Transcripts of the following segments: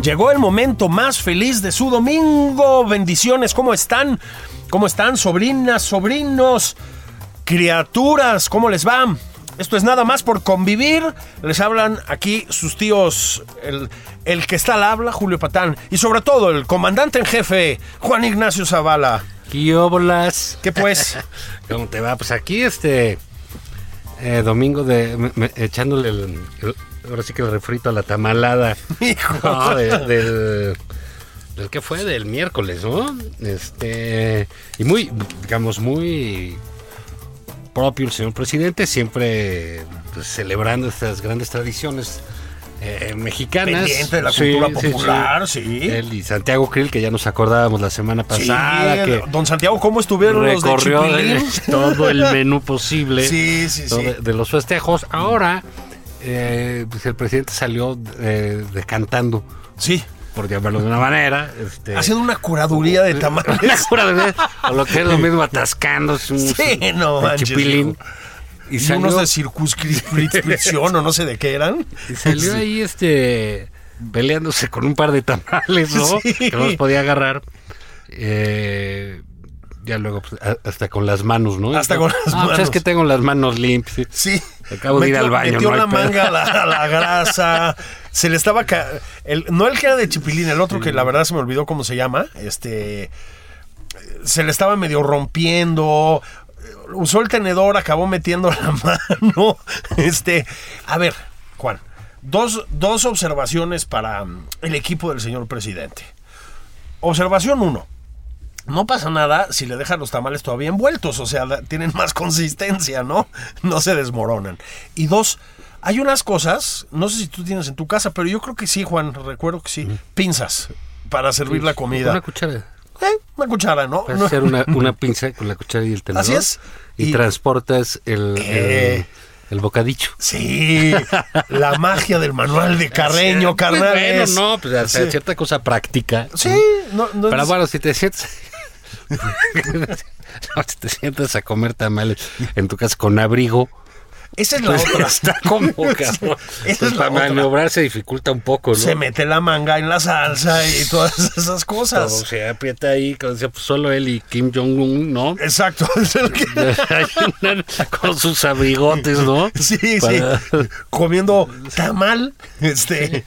llegó el momento más feliz de su domingo. Bendiciones, ¿cómo están? ¿Cómo están, sobrinas, sobrinos, criaturas? ¿Cómo les va? Esto es nada más por convivir. Les hablan aquí sus tíos, el, el que está al habla, Julio Patán, y sobre todo el comandante en jefe, Juan Ignacio Zavala. Quióbolas. ¿Qué pues? ¿Cómo te va? Pues aquí este eh, domingo de me- me- echándole el, el- ahora sí que el refrito a la tamalada. Hijo. No, de- del del que fue del miércoles, ¿no? Este y muy digamos muy propio el señor presidente siempre pues, celebrando estas grandes tradiciones eh, mexicanas. Pendiente de la Sí, cultura sí, sí. popular, sí. Él y Santiago Krill que ya nos acordábamos la semana pasada Sí, que Don Santiago, ¿cómo estuvieron los de recorrió eh. Chipilín? todo el menú posible Sí, sí, ¿no? sí. De, de los festejos. Ahora, eh, pues el presidente salió eh, decantando, Sí, por llamarlo de una manera. Este, haciendo una curaduría de una tamales. cura de- o lo que es lo mismo, atascándose un, Sí, no un manches, chipilín. hijo. Y Y unos salió, de circunscripción o no sé de qué eran. y salió Sí. ahí este peleándose con un par de tamales, ¿no? Sí. Que no los podía agarrar. Eh, ya luego, pues, a- hasta con las manos, ¿no? Hasta con las Ah, pues, manos. es que tengo las manos limpias. Sí. Acabo de ir al baño, Metió no hay la pedo. manga a la, a la grasa. Se le estaba. ca- el- no el que era de Chipilín, el otro que la verdad se me olvidó cómo se llama. Este. Se le estaba medio rompiendo. Usó el tenedor, acabó metiendo la mano. Este. A ver, Juan. Dos, dos observaciones para mm, el equipo del señor presidente. Observación uno. No pasa nada si le dejan los tamales todavía envueltos, o sea, da- tienen más consistencia, ¿no? No se desmoronan. Y dos, hay unas cosas, no sé si tú tienes en tu casa, pero yo creo que sí, Juan, recuerdo que sí, pinzas para servir la comida. Una cuchara. Eh, una cuchara, ¿no? Puedes No- hacer una, una pinza con la cuchara y el tenedor. Así es. Y, Y- transportas el, Eh. el, el bocadicho. Sí, la magia del manual de Carreño, pues Bueno, carnales. no, pues hasta Sí. cierta cosa práctica. Sí, no, no Pero es- bueno, si te sientes... No, si te sientas a comer tamales en tu casa con abrigo, esa es la pues otra. está como cabrón. Pues, Esa es la Para otra. maniobrar se dificulta un poco, ¿no? Se mete la manga en la salsa y todas esas Todo cosas. se aprieta ahí, como decía, pues, solo él y Kim Jong-un, ¿no? Exacto, es el que- con sus abrigotes, ¿no? Sí, Para- sí. Comiendo tamal. Este.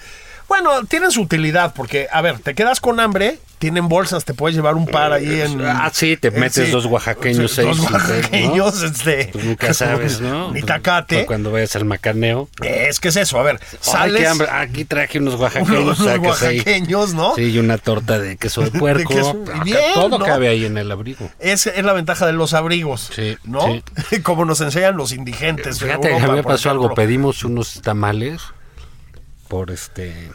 Bueno, tienen su utilidad, porque, a ver, te quedas con hambre, tienen bolsas, te puedes llevar un par ahí en. Ah, sí, te en- metes dos oaxaqueños ahí, Dos sí, oaxaqueños, este. Pues nunca sabes, ¿no? Ni Pues, tacate. Cuando vayas al macaneo. Es que es eso, a ver, Ay, qué sales. hambre. Aquí traje unos oaxaqueños. unos sacas ahí. oaxaqueños, ¿no? Sí, y una torta de queso de puerco. queso, Acá bien, todo ¿no? cabe ahí en el abrigo. Es, es la ventaja de los abrigos, Sí, ¿no? sí. Como nos enseñan los indigentes. en Fíjate, Europa, a mí me por pasó algo. ejemplo. Pedimos unos tamales por este.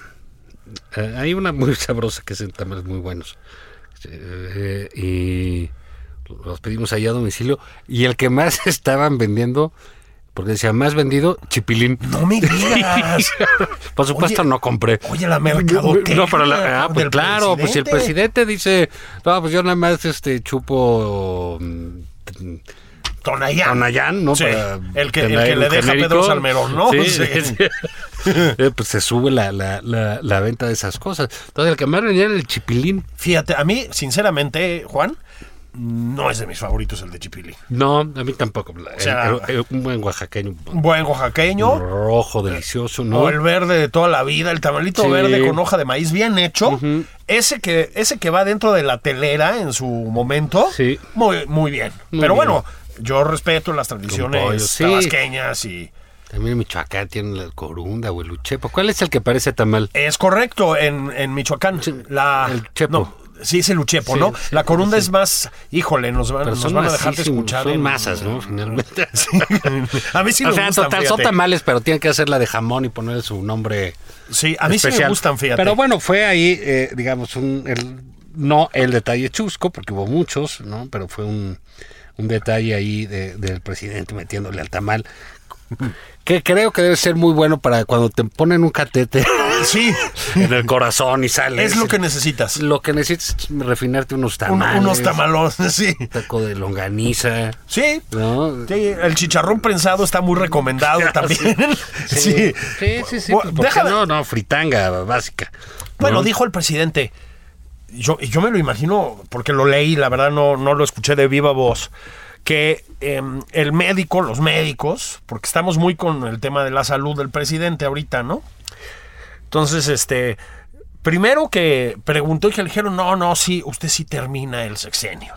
eh, hay una muy sabrosa que hacen tamales muy buenos. Eh, y los pedimos allá a domicilio. Y el que más estaban vendiendo, porque decía más vendido, chipilín. No me digas. Por supuesto, Oye, no compré. oye, la mercadotecnia No, pero la- ah, pues del claro, pues si el presidente. presidente dice, no, pues yo nada más este, chupo. mm, Tonayán. Tonayán, ¿no? Sí, el que- el tener que le un deja Pedro Salmerón, ¿no? Sí, Sí. sí. Eh, pues se sube la, la, la, la venta de esas cosas. Entonces, el que más venía era el chipilín. Fíjate, a mí, sinceramente, Juan, no es de mis favoritos el de chipilín. No, a mí tampoco. El- sea- el- el- un buen oaxaqueño. Un Buen oaxaqueño. Rojo, delicioso, ¿no? O el verde de toda la vida, el tamalito Sí. verde con hoja de maíz bien hecho. Ese que ese que va dentro de la telera en su momento. Sí. Muy, muy bien. Muy Pero bien. bueno, yo respeto las pollo, tradiciones sí. tabasqueñas y. También en Michoacán tienen la corunda o el uchepo. ¿Cuál es el que parece tamal? Es correcto, en, en Michoacán. Sí, La, el chepo. no, sí, es el uchepo, Sí, ¿no? sí, la corunda sí. es más. Híjole, nos van, Pero nos son van a dejar de masísimos, escuchar. son en- masas, ¿no? Finalmente. Sí. A mí sí o me sea, gustan, total, son fíjate. tamales, pero tienen que hacer la de jamón y ponerle su nombre. Sí, a mí sí me especial. gustan, fíjate. Pero bueno, fue ahí, eh, digamos, un, el- no el detalle chusco, porque hubo muchos, ¿no? Pero fue un, un detalle ahí de- del presidente metiéndole al tamal, que creo que debe ser muy bueno para cuando te ponen un catete Sí, en el corazón y sale. es lo que necesitas. necesitas. Lo que necesitas es refinarte unos Un- tamales. unos tamalones, sí. Taco de longaniza, Sí. ¿no? Sí, el chicharrón prensado está muy recomendado también. Sí. Sí, sí, sí. sí, Bueno, ¿por qué deja de- no, no, fritanga básica. Bueno, ¿no? dijo el presidente. Yo, yo me lo imagino, porque lo leí, la verdad no, no lo escuché de viva voz, que em, el médico, los médicos, porque estamos muy con el tema de la salud del presidente ahorita, ¿no? Entonces, este, primero que preguntó y que le dijeron, no, no, sí, usted sí termina el sexenio.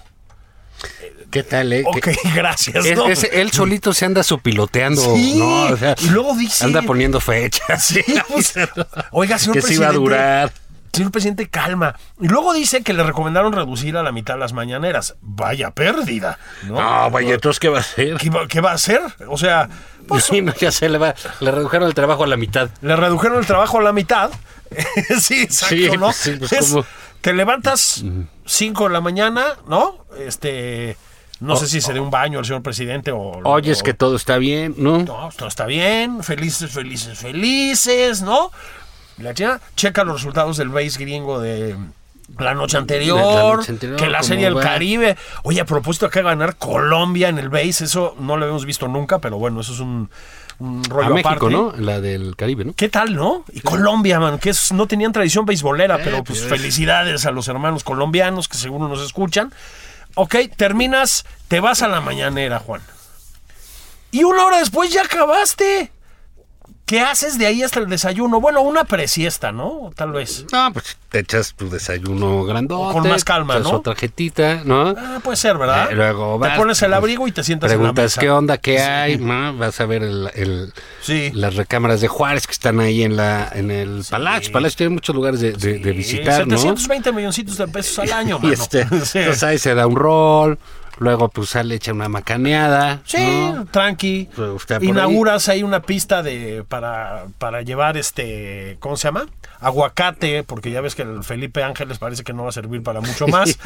¿Qué tal, eh? Ok, ¿Qué- gracias. Es- ¿no? es- él solito se anda supiloteando. Sí, ¿no? O sea, y luego dice- Anda poniendo fechas. Sí, pues, oiga, señor que presidente. sí iba a durar. Señor presidente, calma. Y luego dice que le recomendaron reducir a la mitad las mañaneras. Vaya pérdida, ¿no? No, vaya, entonces, ¿qué va a hacer? ¿Qué va, qué va a hacer? O sea, pues, Sí, no, ya se le va. Le redujeron el trabajo a la mitad. le redujeron el trabajo a la mitad. sí, exacto, Sí, ¿no? sí, pues, Es- ¿cómo? te levantas 5 de la mañana, ¿no? Este, no sé si se dé un baño al señor presidente o... Oyes o- que todo está bien, ¿no? No, todo está bien, felices, felices, felices, ¿no? La china checa los resultados del base gringo de la noche anterior, noche anterior, que la ¿cómo serie del va? Caribe. Oye, a propósito, acá ganar Colombia en el base, eso no lo habíamos visto nunca, pero bueno, eso es un, un rollo A México, aparte. ¿no? La del Caribe, ¿no? ¿Qué tal, no? Y Colombia, man, que es- no tenían tradición beisbolera, pero pues pues. felicidades a los hermanos colombianos que seguro nos escuchan. Ok, terminas, te vas a la mañanera, Juan. Y una hora después ya acabaste. ¿Qué haces de ahí hasta el desayuno? Bueno, una presiesta, ¿no? Tal vez. No, pues te echas tu desayuno grandote. Con más calma, te echas ¿no? Otra jetita, ¿no? Ah, puede ser, ¿verdad? Eh, luego te vas, pones el pues, abrigo y te sientas en la Preguntas mesa. qué onda, qué hay, ¿no? vas a ver el- el- Sí. las recámaras de Juárez que están ahí en la en el Palacio. Palacio tiene muchos lugares de, de- de visitar, ¿no? 720 milloncitos de pesos al año, Y mano. este, Sí. entonces ahí se da un rol, luego pues sale echa una macaneada. Sí, ¿no? tranqui. Pero está por Inauguras ahí. una pista de para, para llevar este, ¿cómo se llama? Aguacate, porque ya ves que el Felipe Ángeles parece que no va a servir para mucho más,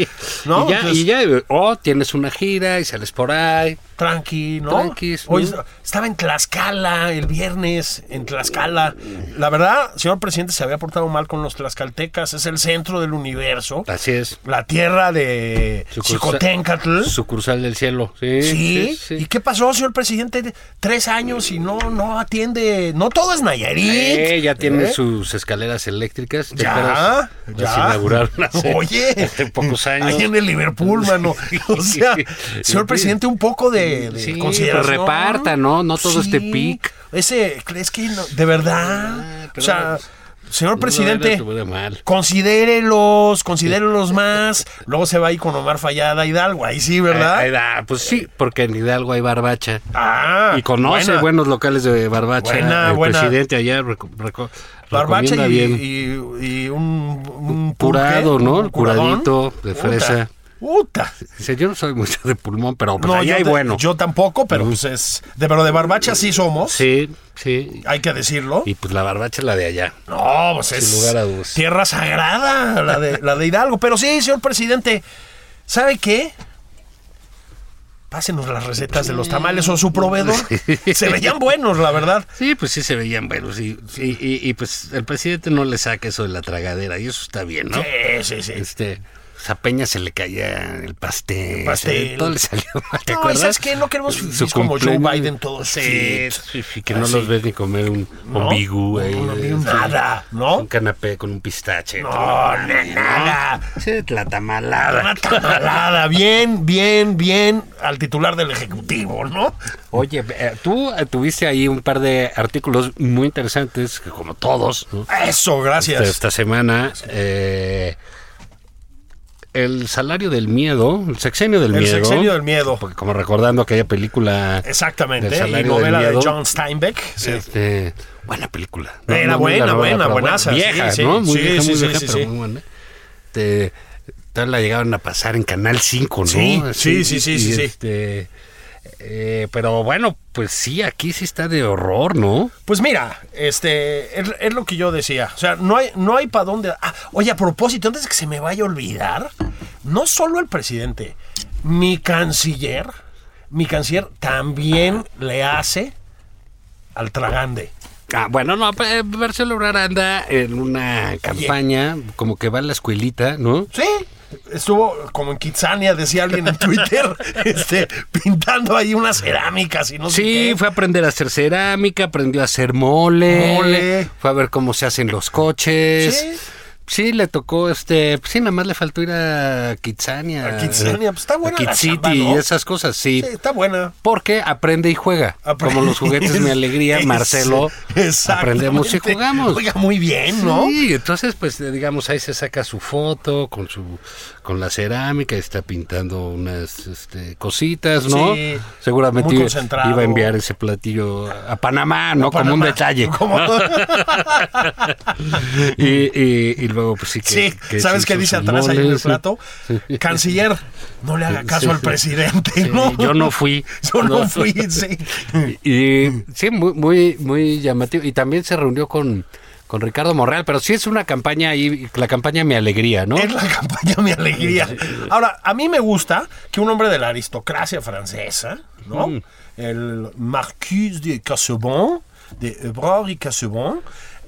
¿no? y ya, Entonces, y ya, o tienes una gira y sales por ahí. Tranqui, ¿no? Tranquis, ¿no? Oye, estaba en Tlaxcala el viernes, en Tlaxcala. La verdad, señor presidente, se había portado mal con los tlaxcaltecas, es el centro del universo, Así es. la tierra de Sucursal- Chicotencatl. Sucursal del cielo. Sí. ¿Eh? Sí, sí, sí. ¿Y qué pasó, señor presidente? Tres años y no, no atiende. No todo es Nayarit. Eh, ya tiene ¿Eh? sus escaleras eléctricas. ¿Te Ya, acuerdas? ya. Las inauguraron hace, Oye, hace pocos años. Ahí en el Liverpool, mano. O sea, señor presidente, un poco de, de Sí, pues consideración. reparta, ¿no? No todo este pic. Ese, es que no- de verdad. Ah, o pero sea, ahora- señor No, presidente. era tu buena mal. Considérelos, considérelos más. Luego se va ahí con Omar Fallada Hidalgo. Ahí sí, ¿verdad? Ahí da, pues sí, porque en Hidalgo hay barbacha. ah, y conoce buena. buenos locales de barbacha. Buena, el buena. presidente allá reco- reco- Barbacha recomienda y, bien. y- y un, un Curado, pulque, ¿no? un El curadón. curadito de Puta, fresa. Puta. Dice, yo no soy mucho de pulmón, pero pues, No, allá yo hay te- bueno. Yo tampoco, pero pues es. De, pero de barbacha sí somos. Sí, sí. Hay que decirlo. Y pues la barbacha es la de allá. No, pues es lugar a dudas. tierra sagrada, la de, la de Hidalgo. Pero sí, señor presidente, ¿sabe qué? Pásenos las recetas de los tamales o su proveedor. Se veían buenos, la verdad. Sí, pues sí se veían buenos. Y, y- y- y, pues el presidente no le saca eso de la tragadera y eso está bien, ¿no? Sí, sí, sí. Este, a Peña se le caía el pastel. pastel. se- Todo le salió mal, ¿te No, ¿y acuerdas? sabes qué? No queremos fifís como cumpleaños- Joe Biden todos Sí, fit. sí, sí, que no Así. los ves ni comer un ¿No? ombligo. ahí, Un ombligo, sí. nada, ¿no? Un canapé con un pistache. No, ni nada. Sí, la tamalada. Una tamalada. Bien, bien, bien al titular del Ejecutivo, ¿no? Oye, eh, tú eh, tuviste ahí un par de artículos muy interesantes, que como todos, ¿no? Eso, esta, gracias. esta semana. eh, el salario del miedo, el sexenio del El miedo. sexenio del miedo. Porque como recordando aquella película. Exactamente. del Y salario novela del de miedo, John Steinbeck. Eh, Sí. este, buena película. Era buena, la buena, pero buenaza, Vieja, sí, sí, ¿no? Muy sí, vieja, sí, muy sí, vieja, sí, pero sí. muy buena. ¿eh? Te- tal la llegaron a pasar en Canal 5, ¿no? Sí, Así, sí, sí, sí, y- sí, y sí. este, eh, pero bueno, pues sí, aquí sí está de horror, ¿no? Pues mira, este es, es lo que yo decía. O sea, no hay, no hay para dónde. Ah, oye, a propósito, antes de que se me vaya a olvidar, no solo el presidente, mi canciller, mi canciller también le hace al tragande. Ah, bueno, no, pe- eh, Marcelo Ebrard anda en una campaña, como que va a la escuelita, ¿no? Sí. Estuvo como en Kitsania, decía alguien en Twitter, este, pintando ahí unas cerámicas y no sé Sí, qué. fue a aprender a hacer cerámica, aprendió a hacer mole, Mole. fue a ver cómo se hacen los coches. Sí. Sí, le tocó, este, sí, nada más le faltó ir a Kitsania. A Kitsania, pues, está buena A la Kitsiti chamba, ¿no? y esas cosas, sí. Sí, está buena. Porque aprende y juega. Apre- Como los juguetes me alegría, Es- Marcelo. exactamente. Aprendemos y jugamos. Oiga, muy bien, ¿no? Sí, entonces pues eh, digamos ahí se saca su foto con su con la cerámica, está pintando unas este, cositas, ¿no? Sí, Seguramente muy iba, concentrado. iba a enviar ese platillo a Panamá, ¿no? Como un Panamá. detalle. Como- Y, y- y luego pues sí que... Sí, que ¿sabes se qué hizo dice sus atrás ahí en el moles, sí. plato? Canciller, no le haga Sí, caso sí, al sí. presidente, Sí, ¿no? yo no fui. Yo no fui, sí. Y sí, muy, muy, muy llamativo. Y también se reunió con, con Ricardo Morreal, pero sí es una campaña ahí, la campaña Mi Alegría, ¿no? Es la campaña Mi Alegría. Ahora, a mí me gusta que un hombre de la aristocracia francesa, ¿no? Mm. El Marquis de Cassebon, de Ebrard y Cassebon,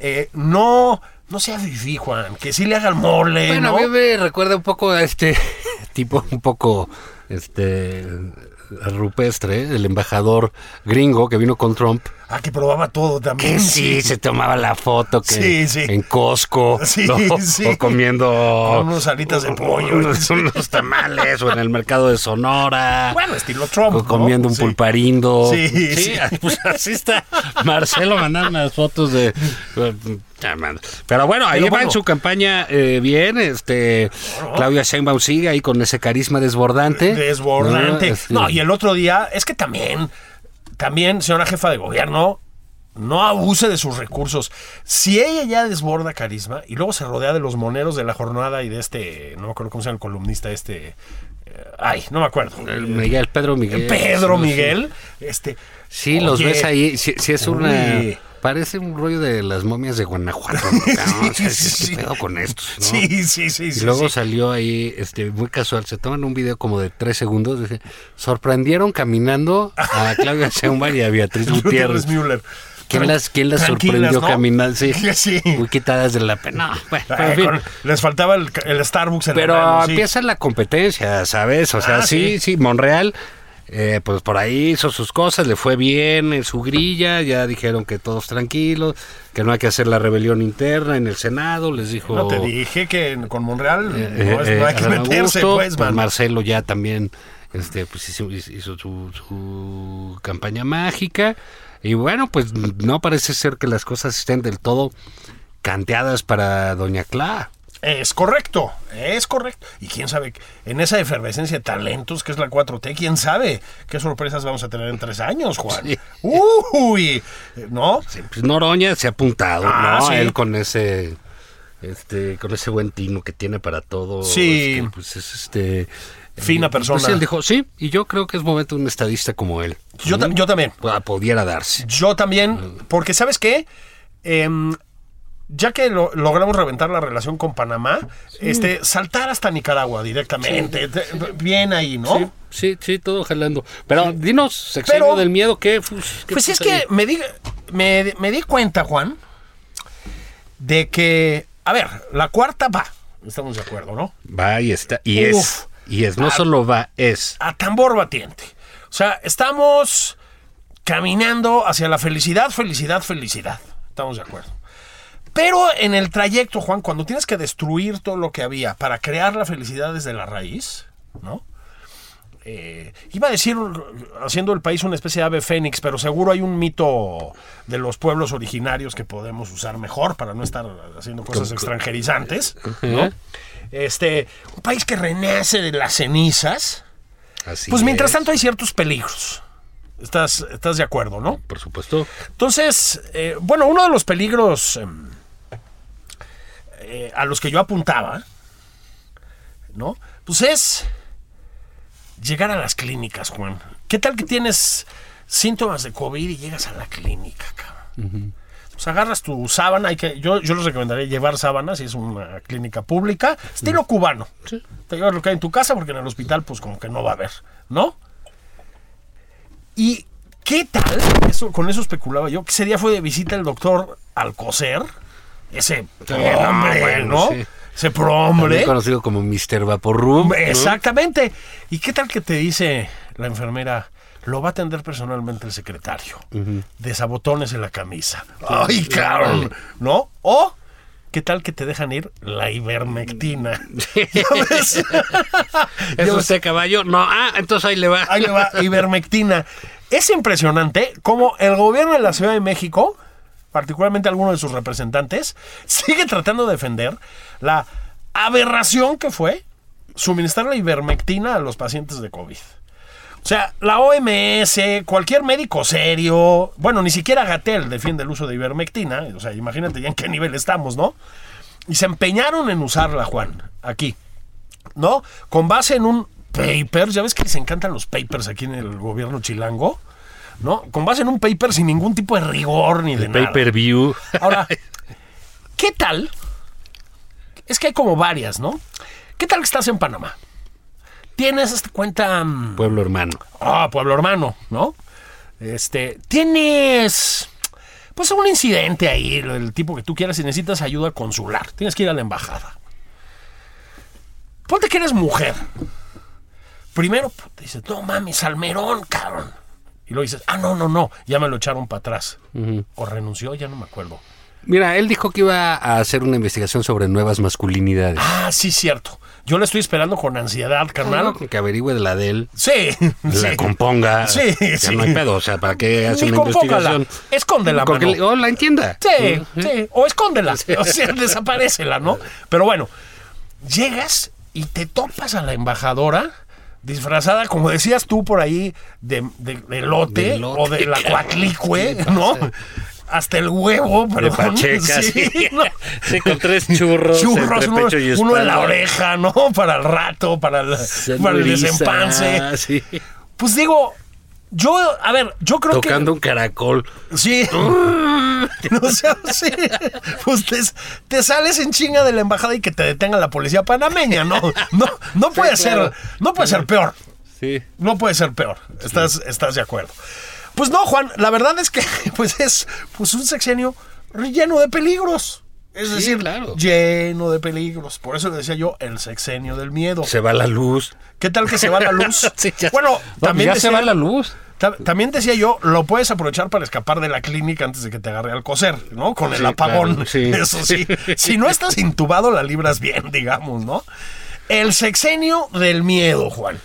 eh, no, no sea viví, Juan, que sí le haga el mole, Bueno, ¿no? a mí me recuerda un poco a este tipo, un poco este rupestre, el embajador gringo que vino con Trump. Ah, que probaba todo Que también. sí, se tomaba la foto que Sí, sí. en Costco, Sí, ¿no? sí. o comiendo Con unas alitas de pollo. unos, unos tamales, o en el mercado de Sonora, Bueno, estilo Trump. o ¿no? comiendo un Sí. pulparindo. Sí, sí. pues así está Marcelo mandando las fotos de... eh, mm, Pero bueno, ahí Pero va bueno. en su campaña eh, bien, este Claudia Sheinbaum sigue ahí con ese carisma desbordante. Desbordante. Este, No, y el otro día, es que también, también, señora jefa de gobierno, no abuse de sus recursos. Si ella ya desborda carisma y luego se rodea de los moneros de la jornada y de este, no me acuerdo cómo se llama el columnista este, eh, ay, no me acuerdo. Eh, el Miguel, Pedro Miguel. Pedro Sí, sí. Miguel, este. Sí, los oye, ves ahí. Si, es una. Uy. Parece un rollo de las momias de Guanajuato. ¿no? O sea, dices, sí. ¿Qué pedo con estos? no? Sí, sí, sí. Y sí, luego sí. salió ahí, este, muy casual, se toman un video como de tres segundos, dice, sorprendieron caminando a Claudia Sheinbaum y a Beatriz Gutiérrez Gutiérrez. Müller. ¿Quién las, quién las Tranquilas, sorprendió ¿no? caminando? Sí, Sí. muy quitadas de la pena. No, bueno, pero en Ay, fin. con- les faltaba el, el Starbucks en Pero la mano, sí. empieza la competencia, ¿sabes? O sea, Ah, sí, sí, Monreal, eh, pues por ahí hizo sus cosas, le fue bien en su grilla, ya dijeron que todos tranquilos, que no hay que hacer la rebelión interna en el Senado, les dijo... No te dije que en- con Monreal eh, no, es- no eh, hay que Adán meterse, Augusto, pues, man. Marcelo ya también este, pues, hizo, hizo su, su campaña mágica. Y bueno, pues no parece ser que las cosas estén del todo canteadas para Doña Clara. Es correcto, es correcto. Y quién sabe, en esa efervescencia de talentos que es la 4T, quién sabe qué sorpresas vamos a tener en tres años, Juan. Sí. Uy, ¿no? Pues Noroña se ha apuntado, Ah, ¿no? sí. Él con ese este con ese buen tino que tiene para todo. Sí. Es que, pues es este Fina eh, pues, persona. él dijo, sí, y yo creo que es momento de un estadista como él. Yo, ta- yo también. Pueda- Pudiera darse. Yo también, porque ¿sabes qué? Em, ya que lo- logramos reventar la relación con Panamá, este, saltar hasta Nicaragua directamente. te- Bien ahí, ¿no? Sí, sí, sí, todo jalando. Pero dinos, sexenio ¿Oh? Pero- del miedo, ¿qué? Fus- qué Pues es pasa ahí? que me di, me, me di cuenta, Juan, de que, a ver, la cuarta va, Estamos de acuerdo, ¿no? Va y está. Y es. Y es. Ah. No solo va, es. a tambor batiente. O sea, estamos caminando hacia la felicidad, felicidad, felicidad. Estamos de acuerdo. Pero en el trayecto, Juan, cuando tienes que destruir todo lo que había para crear la felicidad desde la raíz, ¿no? Eh, iba a decir, haciendo el país una especie de ave fénix, pero seguro hay un mito de los pueblos originarios que podemos usar mejor para no estar haciendo cosas extranjerizantes, ¿no? Este, un país que renace de las cenizas, Así pues mientras es. tanto hay ciertos peligros. Estás, estás de acuerdo, ¿no? Por supuesto. Entonces, eh, bueno, uno de los peligros em, eh, a los que yo apuntaba, ¿no? Pues es llegar a las clínicas, Juan. ¿Qué tal que tienes síntomas de COVID y llegas a la clínica, cabrón? Pues agarras tu sábana, hay que, yo, yo les recomendaría llevar sábanas si es una clínica pública, estilo cubano. Te llevas lo que hay en tu casa porque en el hospital pues como que no va a haber, ¿no? ¿Y qué tal? Eso, con eso especulaba yo. Que ese día fue de visita el doctor Alcocer, ese hombre, bueno, ¿no? sí. Ese También prohombre. conocido como Mr. Vaporrum. ¿no? Exactamente. ¿Y qué tal que te dice la enfermera? Lo va a atender personalmente el secretario. Desabotones en la camisa. ¡Ay, cabrón! ¿No? O, ¿qué tal que te dejan ir la ivermectina? ¿Ya ves? ¿Es usted caballo? No. Ah, entonces ahí le va. Ahí le va, ivermectina. Es impresionante cómo el gobierno de la Ciudad de México, particularmente algunos de sus representantes, sigue tratando de defender la aberración que fue suministrar la ivermectina a los pacientes de COVID. O sea, la OMS, cualquier médico serio, bueno, ni siquiera Gatel defiende el uso de ivermectina, o sea, imagínate ya en qué nivel estamos, ¿no? Y se empeñaron en usarla, Juan, aquí. ¿no? Con base en un paper, ya ves que les encantan los papers aquí en el gobierno chilango, ¿no? Con base en un paper sin ningún tipo de rigor ni de El nada. pay-per-view. Ahora, ¿qué tal? Es que hay como varias, ¿no? ¿Qué tal que estás en Panamá? Tienes esta cuenta. mm, Pueblo hermano. Ah, pueblo hermano, ¿no? Este, tienes pues un incidente ahí, el tipo que tú quieras y necesitas ayuda consular. Tienes que ir a la embajada. Ponte que eres mujer. Primero puta, dices, no mames, Salmerón, cabrón. Y luego dices, ah, no, no, no, ya me lo echaron para atrás. O renunció, ya no me acuerdo. Mira, él dijo que iba a hacer una investigación sobre nuevas masculinidades. Ah, sí, cierto. Yo le estoy esperando con ansiedad, carnal. Que averigüe de la de él. Sí, La sí. componga. Sí, Ya sí. no hay pedo. O sea, ¿para qué hace Ni una compóngala, investigación? escóndela, Con que mano. le- oh, la entienda. Sí, sí. O escóndela. O sea, desaparecela, ¿no? Pero bueno, llegas y te topas a la embajadora disfrazada, como decías tú por ahí, de, de, de elote De elote, o de la cabrón. cuatlicue, ¿no? Hasta el huevo, De perdón. Pacheca, sí. ¿no? Sí, con tres churros, Churros, entre uno, pecho y uno en la espalda. oreja, ¿no? Para el rato, para el, Se para el eriza, desempance. sí. Pues digo, yo, a ver, yo creo que... Tocando un caracol. Sí. no sé, sí. Pues te, te sales en chinga de la embajada y que te detenga la policía panameña, ¿no? No, no puede claro. ser, no puede ser peor. Sí. No puede ser peor. Estás, estás de acuerdo. Pues no, Juan, la verdad es que pues es pues un sexenio lleno de peligros. Es Sí, decir, claro. lleno de peligros. Por eso le decía yo, el sexenio del miedo. Se va la luz. ¿Qué tal que se va la luz? Sí, ya- Bueno, No, pues también ya se decía- va la luz. Ta- También decía yo, lo puedes aprovechar para escapar de la clínica antes de que te agarre al coser, ¿no? Con el Sí, apagón. claro, sí. Eso sí. si no estás intubado, la libras bien, digamos, ¿no? El sexenio del miedo, Juan.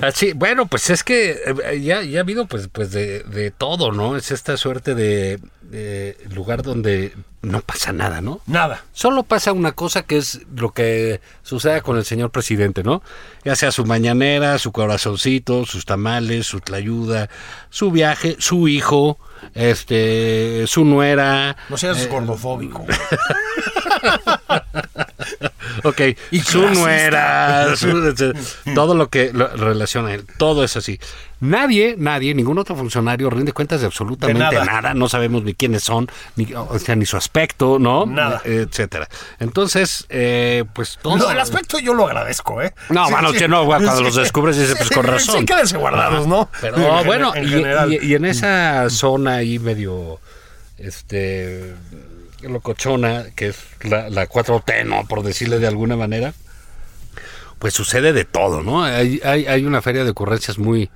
Así, bueno, pues es que eh, ya, ya ha habido pues, pues de, de todo, ¿no? Es esta suerte de, de lugar donde no pasa nada, ¿no? Nada. Solo pasa una cosa que es lo que sucede con el señor presidente, ¿no? Ya sea su mañanera, su corazoncito, sus tamales, su tlayuda, su viaje, su hijo, este, su nuera. eh, No seas gordofóbico. Ok, Y su clasista. nuera, su- este, todo lo que lo relaciona a él, todo es así. Nadie, nadie, ningún otro funcionario rinde cuentas de absolutamente De nada. nada. no sabemos ni quiénes son, ni, o sea, ni su aspecto, ¿no? Nada. Etcétera. Entonces, eh, pues todo... No, el aspecto yo lo agradezco, ¿eh? No, bueno, que no, güey, cuando los descubres dices, pues, con Sí, razón. quédense guardados, ¿no? Pero En gen- bueno, en y, general. y- y en esa zona ahí medio, este, locochona, que es la, la 4T, ¿no? Por decirle de alguna manera, pues sucede de todo, ¿no? Hay, hay, hay una feria de ocurrencias muy...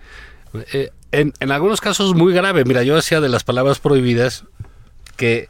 eh, en, en algunos casos muy grave. Mira, yo hacía de las palabras prohibidas que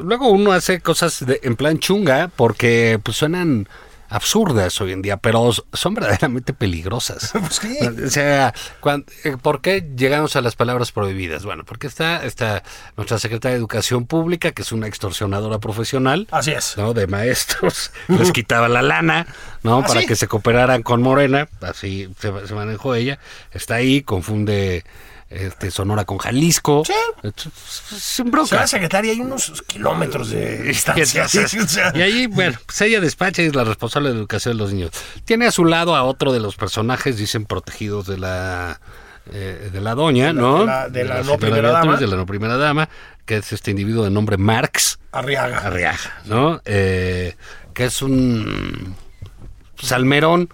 luego uno hace cosas de- en plan chunga porque pues suenan absurdas hoy en día, pero s- son verdaderamente peligrosas. Pues sí. O sea, cuan- eh, ¿por qué llegamos a las palabras prohibidas? Bueno, porque está, está nuestra secretaria de Educación Pública, que es una extorsionadora profesional. Así es. ¿no? De maestros, les quitaba la lana, ¿no? ¿Ah, Para sí? que se cooperaran con Morena, así se, se manejó ella. Está ahí, confunde este, Sonora con Jalisco. Sí. Esto es- Sin O sea, bronca. la secretaria hay unos kilómetros de distancia. Y entonces- O sea, Y ahí, bueno, pues ella despacha y es la responsable de educación de los niños. Tiene a su lado a otro de los personajes, dicen protegidos de la eh, de la doña, ¿no? de la- de la no señora primera Beatriz, dama. De la no primera dama, que es este individuo de nombre Marx. Arriaga. Arriaga, ¿no? Eh, que es un salmerón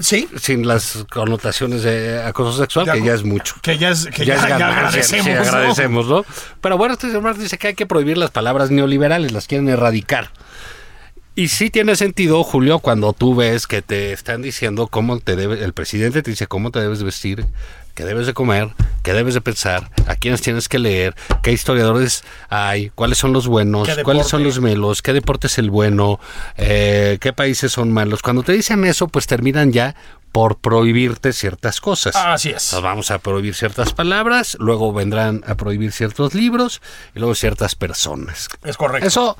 Sí. sin las connotaciones de acoso sexual, De que acu- ya es mucho. Que ya, es, que ya, ya ganancia, agradecemos. sí, ¿no? agradecemos, ¿no? Pero bueno, este señor dice que hay que prohibir las palabras neoliberales, las quieren erradicar. Y sí tiene sentido, Julio, cuando tú ves que te están diciendo cómo te debe, el presidente te dice cómo te debes de vestir, qué debes de comer, qué debes de pensar, a quiénes tienes que leer, qué historiadores hay, cuáles son los buenos, ¿Qué cuáles son deporte? los melos, qué deporte es el bueno, eh, qué países son malos. Cuando te dicen eso, pues terminan ya por prohibirte ciertas cosas. Así es. Entonces, vamos a prohibir ciertas palabras, luego vendrán a prohibir ciertos libros y luego ciertas personas. Es correcto. Eso,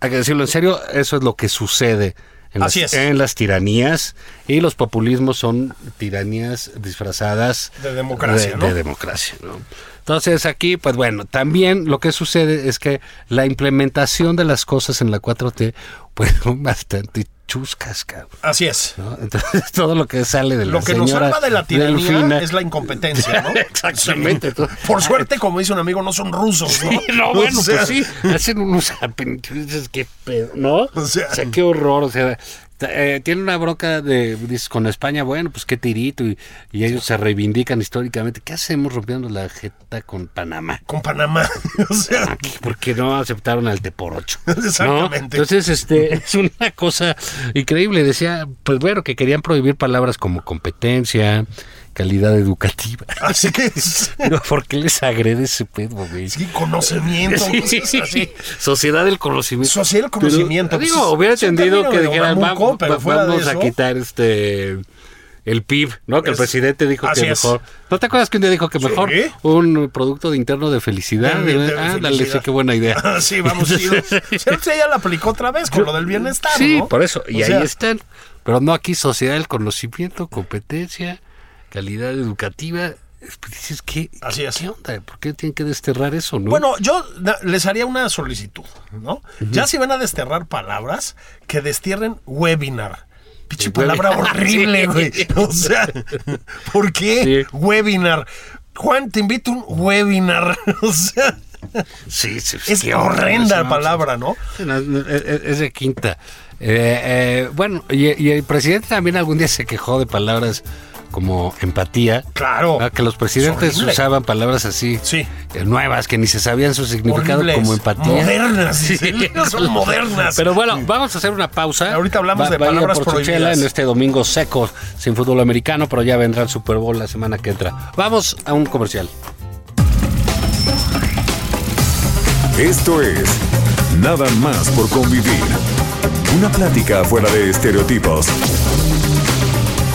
hay que decirlo en serio, eso es lo que sucede en, Así las, es. en las tiranías y los populismos son tiranías disfrazadas De democracia, de- ¿no? de democracia, ¿no? Entonces aquí, pues bueno, también lo que sucede es que la implementación de las cosas en la 4T, pues son bastante chuscas, cabrón. Así es. ¿no? Entonces todo lo que sale de la Lo que nos señora salva de la tiranía Delfina- es la incompetencia, ¿no? Exactamente. Sí. Por suerte, como dice un amigo, no son rusos, ¿no? No, O bueno, sea, pues sí, hacen unos apen- dices, qué pedo, ¿no? O O sea- sea, qué horror, o sea, ta- eh, tiene una broca de, dices, con España, bueno, pues qué tirito, y, y ellos se reivindican históricamente. ¿Qué hacemos rompiendo la jeta con Panamá? Con Panamá. O sea, Porque no aceptaron al Teporocho. ¿no? Exactamente. Entonces, este, es una cosa increíble. Decía, pues bueno, que querían prohibir palabras como competencia, calidad educativa. así que es. No, ¿Por qué les agrede ese pedo, güey? sí, conocimiento. Sí, cosas así. Sociedad del conocimiento. Sociedad del Pero, conocimiento, pues, digo, hubiera es un entendido término que de dijeran, Obramuco, vamos, pero fuera de vamos a eso- quitar este el PIB, ¿no? Que Es- el presidente dijo así que es. mejor. ¿No te acuerdas que un día dijo que Sí. mejor un producto de interno de felicidad? De- de- de ah, dale, felicidad. sí, qué buena idea. Ah, Sí, vamos. Sí, sí, ella la aplicó otra vez con lo del bienestar. Sí, ¿no? por eso. Y O ahí sea, están. Pero no aquí, sociedad del conocimiento, competencia, calidad educativa. Pues Dices, ¿qué, Así es. ¿qué onda? ¿Por qué tienen que desterrar eso, no? Bueno, yo na- les haría una solicitud, ¿no? Ya si van a desterrar palabras, que destierren webinar. Pinche palabra horrible, güey. O sea, ¿por qué Sí. webinar? Juan, te invito a un webinar. O sea, sí, sí, sí, es qué horror, horrenda no, palabra, ¿no? No, no, Es es de quinta. Eh, eh, bueno, y, y el presidente también algún día se quejó de palabras como empatía. Claro. Ah, Que los presidentes Es horrible. usaban palabras así, Sí. eh, nuevas, que ni se sabían su significado Horribles. como empatía. Modernas. Son modernas. Pero bueno, vamos a hacer una pausa. Ahorita hablamos de vayan palabras por su prohibidas. chela en este domingo seco, sin fútbol americano, pero ya vendrá el Super Bowl la semana que entra. Vamos a un comercial. Esto es Nada más por convivir. Una plática fuera de estereotipos.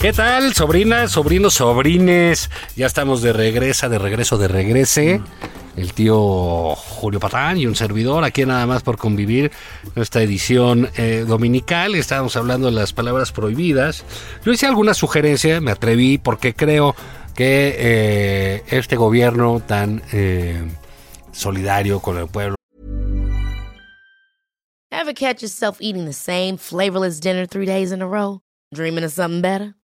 ¿Qué tal, sobrinas, sobrinos, sobrines? Ya estamos de regresa, de regreso, de regrese. el tío Julio Patán y un servidor, aquí nada más por convivir en esta edición eh, dominical. Estábamos hablando de las palabras prohibidas. Yo hice alguna sugerencia, me atreví, porque creo que eh, este gobierno tan eh, solidario con el pueblo. Ever catch yourself eating the same flavorless dinner three days in a row? Dreaming of something better?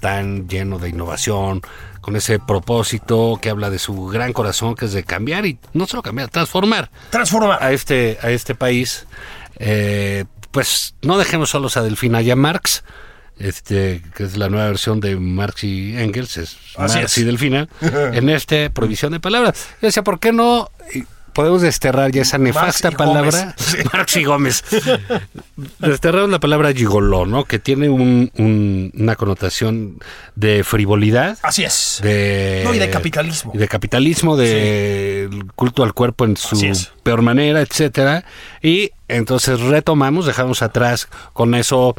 tan lleno de innovación, con ese propósito que habla de su gran corazón, que es de cambiar y no solo cambiar, transformar Transformar. a este, a este país. Eh, pues no dejemos solos a Delfina y a Marx, este, que es la nueva versión de Marx y Engels, es Así Marx es. y Delfina, en este prohibición de palabras. Yo decía, ¿por qué no? eh, Podemos desterrar ya esa nefasta y palabra. Gómez. Sí. Marx y Gómez. Desterraron la palabra gigoló, ¿no? Que tiene un- un- una connotación de frivolidad. Así es. De, No, y de capitalismo. y de capitalismo, de culto al cuerpo en Así su es. peor manera, etcétera. Y entonces retomamos, dejamos atrás con eso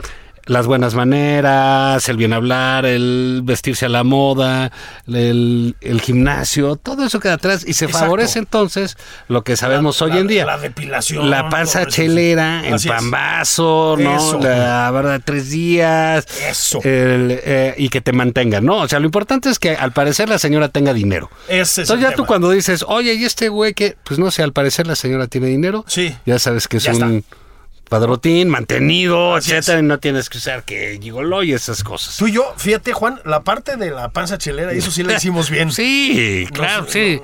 las buenas maneras, el bien hablar, el vestirse a la moda, el, el gimnasio, todo eso queda atrás y se Exacto. favorece entonces lo que sabemos hoy la- en día. la depilación, La panza todo eso, sí. chelera, el Así es. pambazo, ¿no? Eso. La verdad, tres días. Eso. El, eh, y que te mantengan, ¿no? O sea, lo importante es que al parecer la señora tenga dinero. Ese es el Entonces ya tú tema. cuando dices, oye, ¿y este güey que? Pues no sé, al parecer la señora tiene dinero. Sí. Ya sabes que es Ya un padrotín, mantenido, Así etcétera, y no tienes que usar que gigoló y esas cosas. Tú y yo, fíjate, Juan, la parte de la panza chelera, eso sí la hicimos bien. Sí, No claro, sé,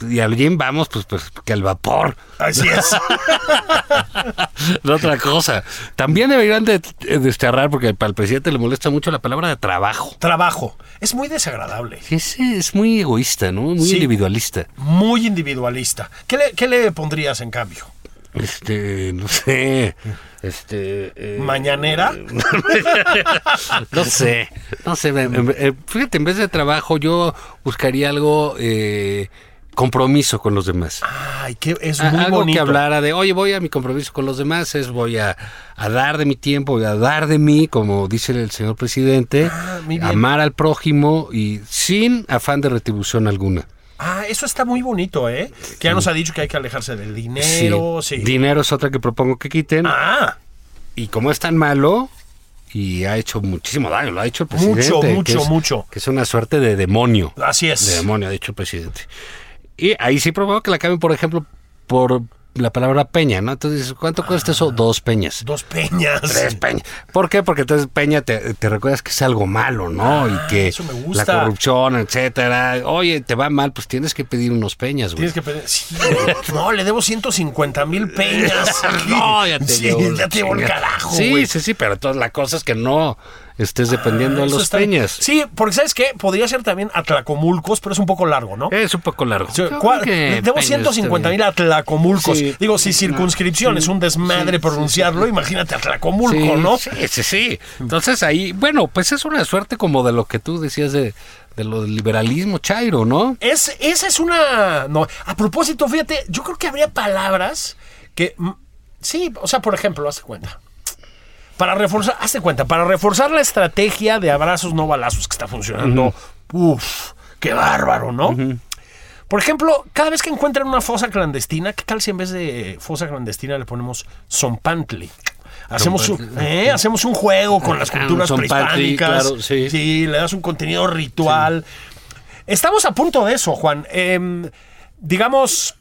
sí. Y al gym vamos, pues, pues, que al vapor. Así es. No otra cosa. También deberían de, de desterrar, porque al presidente le molesta mucho la palabra de trabajo. Trabajo. Es muy desagradable. Ese es muy egoísta, ¿no? Muy Sí. individualista. Muy individualista. ¿Qué le, qué le pondrías en cambio? Este, no sé. Este. eh, ¿Mañanera? no sé. No sé. me- me- eh, fíjate, en vez de trabajo, yo buscaría algo. eh, compromiso con los demás. Ay, que es A- muy algo bonito. que hablara de, oye, voy a mi compromiso con los demás, es voy a, a dar de mi tiempo, voy a dar de mí, como dice el señor presidente, Ah, muy bien. amar al prójimo y sin afán de retribución alguna. Ah, eso está muy bonito, ¿eh? Que ya nos ha dicho que hay que alejarse del dinero, sí. Dinero es otra que propongo que quiten. Ah, Y como es tan malo, y ha hecho muchísimo daño, lo ha hecho el Mucho, presidente. que mucho, es- mucho. Ah, Que es una suerte de demonio. así De es. demonio, ha dicho el presidente. Y ahí sí propongo que la cambien, por ejemplo, por la palabra peña, ¿no? Entonces, ¿cuánto cuesta Ah. eso? Dos peñas. Dos peñas. Tres peñas. ¿Por qué? Porque entonces peña te, te recuerdas que es algo malo, ¿no? y que Ah, eso me gusta. la corrupción, etcétera. Oye, te va mal, pues tienes que pedir unos peñas, güey. Tienes que pedir. sí, no, le debo 150 mil peñas. no, ya te Sí, llevo la ya te llevo el chingada. carajo. Sí, güey. Ah, sí, sí, pero entonces la cosa es que no estés dependiendo de Eso los está- peñas. Sí, porque ¿sabes qué? Podría ser también atlacomulcos, pero es un poco largo, ¿no? Es un poco largo. O sea, Eh, Yo ¿cuál- creo que este, debo peñas 150 está mil atlacomulcos. Sí. Digo, si circunscripción es un desmadre pronunciarlo, imagínate atlacomulco, bien. ¿no? Sí, sí, sí, sí. Entonces ahí, bueno, pues es una suerte como de lo que tú decías de, de lo del liberalismo chairo, ¿no? Es, esa es una. No, a propósito, fíjate, yo creo que habría palabras que. mm, Sí, o sea, por ejemplo, hazte cuenta. Para reforzar, hazte cuenta, para reforzar la estrategia de abrazos no balazos que está funcionando. Uf, qué bárbaro, ¿no? Por ejemplo, cada vez que encuentran una fosa clandestina, ¿qué tal si en vez de fosa clandestina le ponemos zompantli? Hacemos un, ¿eh? Hacemos un juego con las Ah, un culturas zompantli, prehispánicas. claro, sí. sí, le das un contenido ritual. Estamos a punto de eso, Juan. Em, digamos,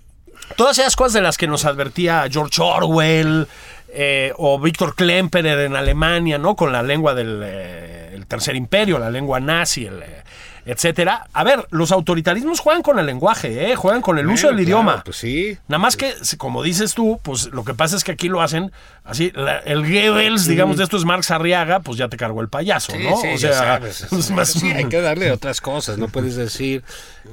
todas esas cosas de las que nos advertía George Orwell eh, o Víctor Klemperer en Alemania, ¿no? Con la lengua del eh, el tercer imperio, la lengua nazi, el, eh, etcétera. A ver, los autoritarismos juegan con el lenguaje, ¿eh? juegan con el uso del Bueno, claro, idioma. Pues sí. Nada más que, si- como dices tú, pues lo que pasa es que aquí lo hacen así. la- el Goebbels, digamos, de esto es Marx Arriaga, pues ya te cargó el payaso, Sí, ¿no? sí, o ya sea, sabes, es más- sí, hay que darle otras cosas. No puedes decir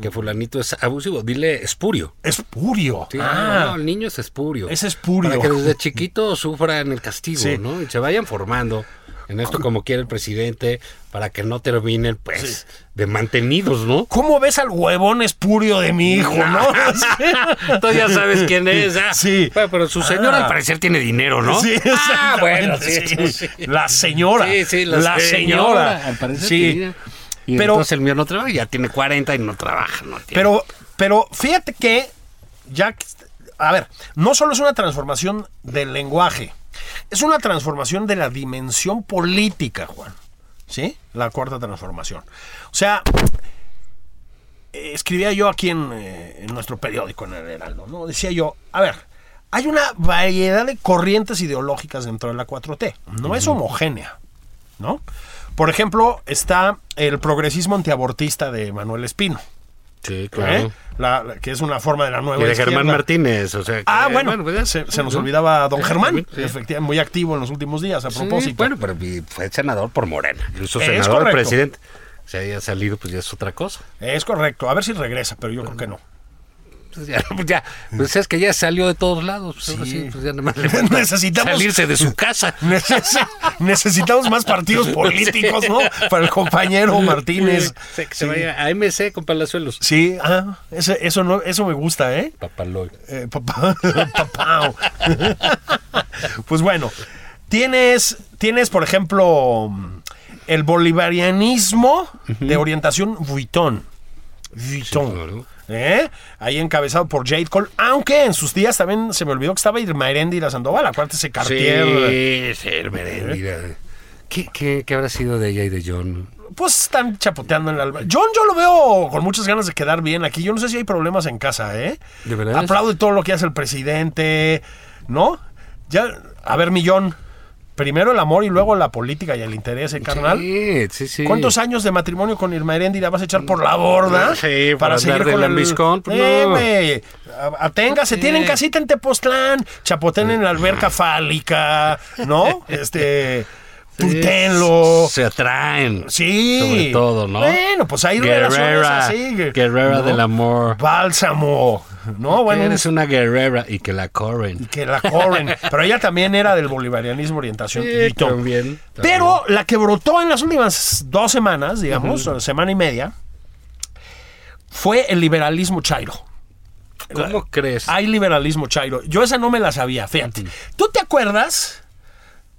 que fulanito es abusivo. Dile espurio. espurio. Sí, Ah, no, no, el niño es espurio. Es espurio. Para que desde chiquito sufran el castigo, Sí. ¿no? Y se vayan formando en esto como quiere el presidente, para que no terminen, pues, de mantenidos, ¿no? ¿Cómo ves al huevón espurio de mi hijo, no? Tú ya sabes quién es. ah. Sí. Bueno, pero su señora Ah. al parecer tiene dinero, ¿no? Sí, ah, exactamente. bueno, sí, sí, sí. La señora. Sí, sí, la, señora. al parecer Sí. tenía. Y Pero- entonces el mío no trabaja, ya tiene 40 y no trabaja. No tiene. Pero, pero fíjate que ya, que- a ver, no solo es una transformación del lenguaje, es una transformación de la dimensión política, Juan. ¿Sí? La cuarta transformación. O sea, eh, escribía yo aquí en, eh, en nuestro periódico, en el Heraldo, ¿no? Decía yo, a ver, hay una variedad de corrientes ideológicas dentro de la 4T. No es homogénea, ¿no? Por ejemplo, está el progresismo antiabortista de Manuel Espino. sí, claro. ¿eh? La- la- que es una forma de la nueva Y de izquierda. Germán Martínez, o sea. que- Ah, bueno, pues ya. se, se nos olvidaba don Germán, Sí. efectivamente, muy activo en los últimos días, a Sí, propósito. bueno, pero vi- fue senador por Morena. Incluso Es senador al correcto. presidente. Si haya salido, pues ya es otra cosa. Es correcto, a ver si regresa, pero yo creo que no. Pues ya, pues ya, pues es que ya salió de todos lados. Pues ahora sí, pues ya nada más le falta Necesitamos- salirse de su casa. Neces- necesitamos más partidos políticos, ¿no? Para el compañero Martínez. Sí, que se vaya a MC con Palazuelos. Sí, ah, ese- eso, no, eso me gusta, ¿eh? Papaloy. Eh, papá, papao. pues bueno, tienes, tienes, por ejemplo, el bolivarianismo de orientación Vuitton. Vuitton. claro. ¿Eh? Ahí encabezado por Jade Cole, aunque en sus días también se me olvidó que estaba Irma Erendira Sandoval, acuérdese Cartier. Sí, sí, Hermere, mira. Eh. ¿Qué, qué, qué habrá sido de ella y de John? Pues están chapoteando en la alba. John, yo lo veo con muchas ganas de quedar bien aquí. Yo no sé si hay problemas en casa, ¿eh? ¿De verdad? Aplaude todo lo que hace el presidente, ¿no? Ya, a ver, millón. Primero el amor y luego la política y el interés, ¿eh, carnal. Sí, sí, sí. ¿Cuántos años de matrimonio con Irma Eréndira vas a echar por la borda? Sí, por andar de lambiscón, pues, Eh, no. güey. A- Aténgase, Sí. tienen casita en Tepoztlán, chapoten en la alberca fálica, ¿no? Este. Tuitenlo. Se atraen. Sí. Sobre todo, ¿no? Bueno, pues hay relaciones Guerrera. así. Guerrera ¿no? del amor. Bálsamo. No, bueno. Eres una guerrera y que la corren. Que la corren. Pero ella también era del bolivarianismo orientación. Sí, Tito. también, también. Pero la que brotó en las últimas dos semanas, digamos, o semana y media, fue el liberalismo chairo. ¿Cómo crees? Hay liberalismo chairo. Yo esa no me la sabía, fíjate. ¿Tú te acuerdas?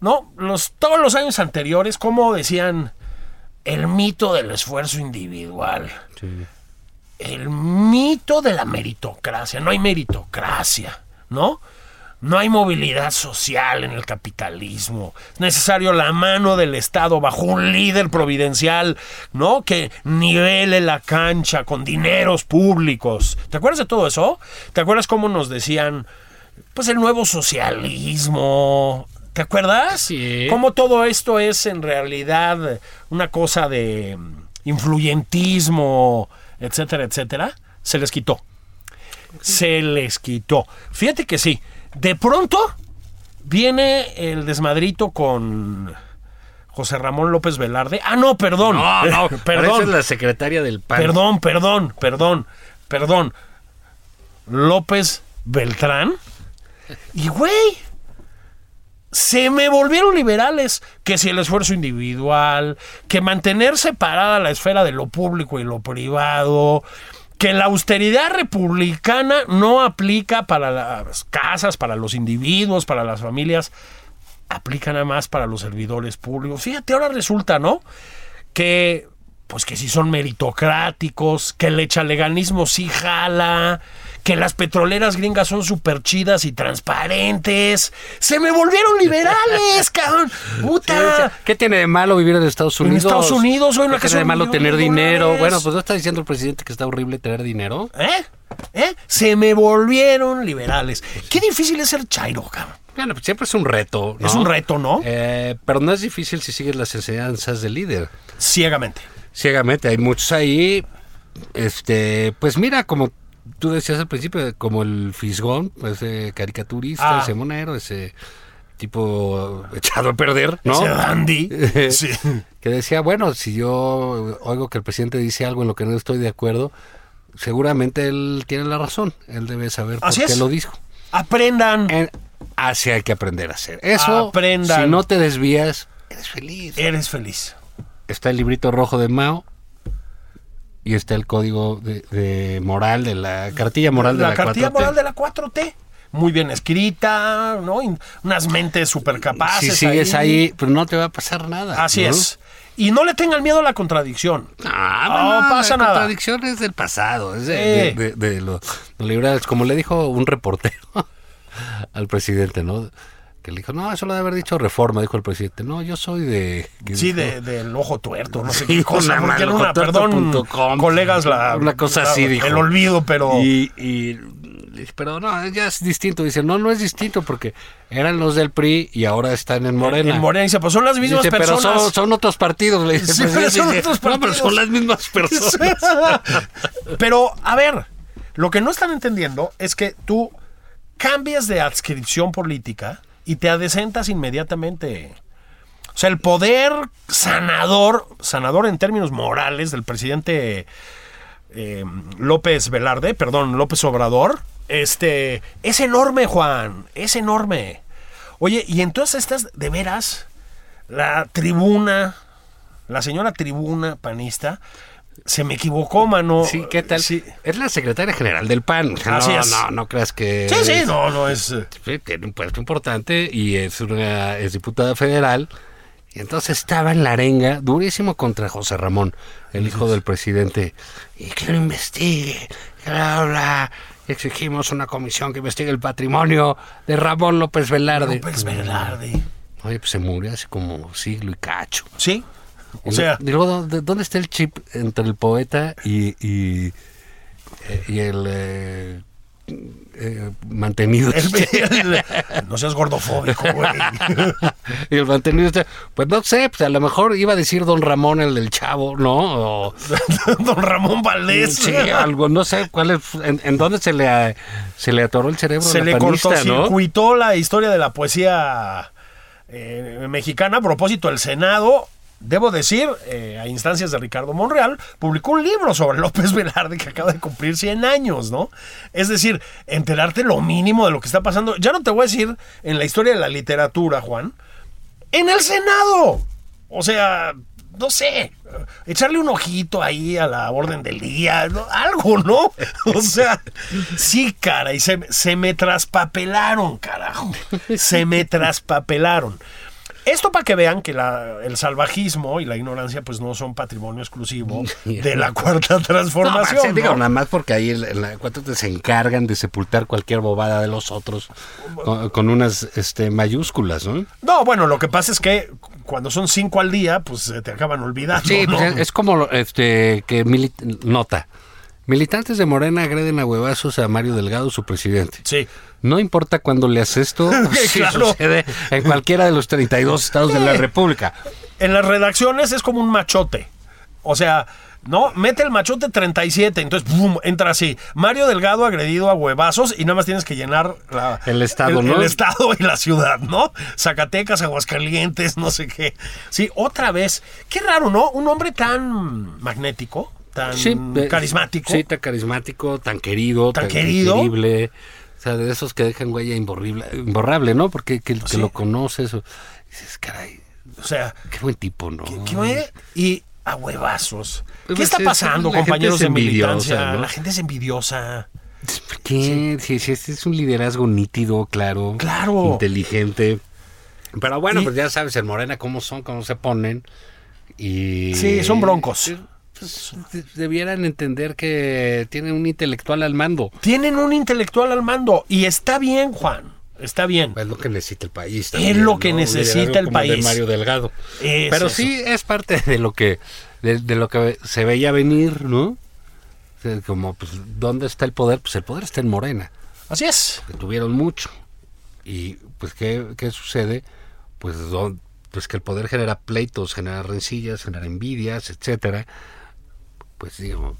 ¿No? Los, todos los años anteriores, ¿cómo decían? El mito del esfuerzo individual. El mito de la meritocracia. No hay meritocracia, ¿no? No hay movilidad social en el capitalismo. Es necesario la mano del Estado bajo un líder providencial, ¿no? Que nivele la cancha con dineros públicos. ¿Te acuerdas de todo eso? ¿Te acuerdas cómo nos decían, pues el nuevo socialismo? ¿Te acuerdas? Sí. ¿Cómo todo esto es en realidad una cosa de mm, influyentismo, etcétera, etcétera? Se les quitó se les quitó. Fíjate que sí. De pronto viene el desmadrito con José Ramón López Velarde. Ah, no, perdón. No, no, perdón. pareces la secretaria del PAN. Perdón, perdón, perdón, perdón. López Beltrán. Y güey, se me volvieron liberales. Que si el esfuerzo individual, que mantener separada la esfera de lo público y lo privado, que la austeridad republicana no aplica para las casas, para los individuos, para las familias, aplica nada más para los servidores públicos. Fíjate, ahora resulta, ¿no? que pues que si son meritocráticos, que el echaleganismo sí jala, que las petroleras gringas son súper chidas y transparentes. Se me volvieron liberales, cabrón. Sí, o Puta. sea, ¿Qué tiene de malo vivir en Estados En Unidos? Estados Unidos, hoy una ¿Qué casa tiene de de un malo millón tener de dinero? dólares? Bueno, pues no está diciendo el presidente que está horrible tener dinero. ¿Eh? ¿Eh? Se me volvieron liberales. Qué difícil es ser chairo, cabrón. Bueno, pues siempre es un reto. ¿no? Es un reto, ¿no? Eh, pero no es difícil si sigues las enseñanzas del líder. Ciegamente. ciegamente. Hay muchos ahí. Este, pues mira, como tú decías al principio, como el fisgón, ese caricaturista, Ah. ese monero, ese tipo echado a perder, ¿no? Ese dandy. Sí. que decía, bueno, si yo oigo que el presidente dice algo en lo que no estoy de acuerdo, seguramente él tiene la razón. Él debe saber por Así qué es. lo dijo. Aprendan. En- así hay que aprender a hacer. Eso, Aprendan. Eh, si no te desvías, eres feliz. Eres feliz. Está el librito rojo de Mao y está el código de, de moral de la cartilla moral de la, la cartilla 4T. moral de la 4T. Muy bien escrita, ¿no? Y unas mentes súper Si capaces. sigues ahí, pues no te va a pasar nada. Así ¿no? es. Y no le tengan miedo a la contradicción. Ah, No bueno, pasa la nada. contradicción es del pasado, es de, Sí. de- de- de los liberales. Como le dijo un reportero al presidente, ¿no? Que le dijo, no, eso lo debe haber dicho reforma, dijo el presidente. No, yo soy de. ¿qué Sí, dijo? de- del ojo tuerto, no sé Sí, qué cosa. una porque era una, perdón, malcotorto.com. colegas, la, Una cosa así, la- dijo. El olvido, pero Y, y le dije, pero no, ya es distinto. Dice, no, no es distinto porque eran los del PRI y ahora están en Morena. en Morena dice, pues son las mismas Dice, pero personas. son, son otros partidos. Le dice, Sí, el pero presidente, son dice, otros "No, pero son partidos". las mismas personas. Pero, a ver, lo que no están entendiendo es que tú cambias de adscripción política y te adecentas inmediatamente. O sea, el poder sanador, sanador en términos morales del presidente eh, López Velarde, perdón, López Obrador, este, es enorme, Juan, es enorme. Oye, y entonces estás, de veras, la tribuna, la señora tribuna panista, se me equivocó, mano. Sí, ¿qué tal? Sí, Es la secretaria general del PAN. O sea, Así no, es. no, no creas que. sí, sí, no, no es... eh, Sí, Tiene un puesto importante y es una es diputada federal. Y entonces estaba en la arenga durísimo contra José Ramón, el hijo del presidente. Y que lo investigue, que bla, bla. Exigimos una comisión que investigue el patrimonio de Ramón López Velarde. López Velarde. Oye, pues se murió hace como siglo y cacho. Sí. O Y sea, luego, ¿dónde, dónde está el chip entre el poeta y, y, eh, y el eh, eh, mantenido? el- no seas gordofóbico, güey. y el mantenido está, pues no sé, pues a lo mejor iba a decir don Ramón el del chavo, ¿no? O, Don Ramón Valdés. sí, algo, no sé cuál es, en, en dónde se le, a- se le atoró el cerebro. a se la le panista, ¿no? cortocircuitó la historia de la poesía eh, mexicana. A propósito, el Senado, debo decir, eh, a instancias de Ricardo Monreal, publicó un libro sobre López Velarde que acaba de cumplir 100 años, ¿no? Es decir, enterarte lo mínimo de lo que está pasando. Ya no te voy a decir en la historia de la literatura, Juan, en el Senado. O sea, no sé, echarle un ojito ahí a la orden del día, ¿no? algo, ¿no? O sea, sí, cara, y se, se me traspapelaron, carajo. Se me traspapelaron. Esto para que vean que la- el salvajismo y la ignorancia pues no son patrimonio exclusivo de la cuarta No, más, transformación. digo, ¿no? nada más porque ahí el- en la cuatro se encargan de sepultar cualquier bobada de los otros con, con unas este, mayúsculas, ¿no? No, bueno, lo que pasa es que cuando son cinco al día, pues se te acaban olvidando. Sí, ¿no? pues, es- es como lo- este que mili- nota. Militantes de Morena agreden a huevazos a Mario Delgado, su presidente. Sí. No importa cuándo le haces esto, si Claro. sucede en cualquiera de los 32 estados de la República. En las redacciones es como un machote. O sea, ¿no? Mete el machote 37, entonces ¡bum! entra así. Mario Delgado agredido a huevazos y nada más tienes que llenar la- El estado, el- ¿no? el estado y la ciudad, ¿no? Zacatecas, Aguascalientes, no sé qué. Sí, otra vez. Qué raro, ¿no? Un hombre tan magnético, tan Sí, eh, carismático. Sí, tan carismático, tan querido, Tan querido. querible. O sea, de esos que dejan huella imborrible, imborrable, ¿no? Porque que, que Pues Sí. lo conoces. o- dices, caray, O sea, qué buen tipo, ¿no? ¿qué- qué- y a huevazos. Pues ¿Qué está es- pasando, la gente compañeros es de envidiosa, militancia? ¿no? La gente es envidiosa. ¿Qué? Sí, sí, este es un liderazgo nítido, claro. Claro. Inteligente. Pero bueno, Y- pues ya sabes, en Morena cómo son, cómo se ponen. Y... Sí, son broncos. Pues, de- debieran entender que tienen un intelectual al mando. Tienen un intelectual al mando y está bien, Juan. Está bien. Es lo que necesita el país. lo que Un necesita liderazgo el como de país. Mario Delgado. Es Pero eso. sí es parte de lo que de, de lo que se veía venir, ¿no? O sea, Como, pues, ¿dónde está el poder? Pues el poder está en Morena. Así es. que tuvieron mucho. Y pues, ¿qué, qué sucede? Pues do- pues que el poder genera pleitos, genera rencillas, genera envidias, etcétera, pues digo,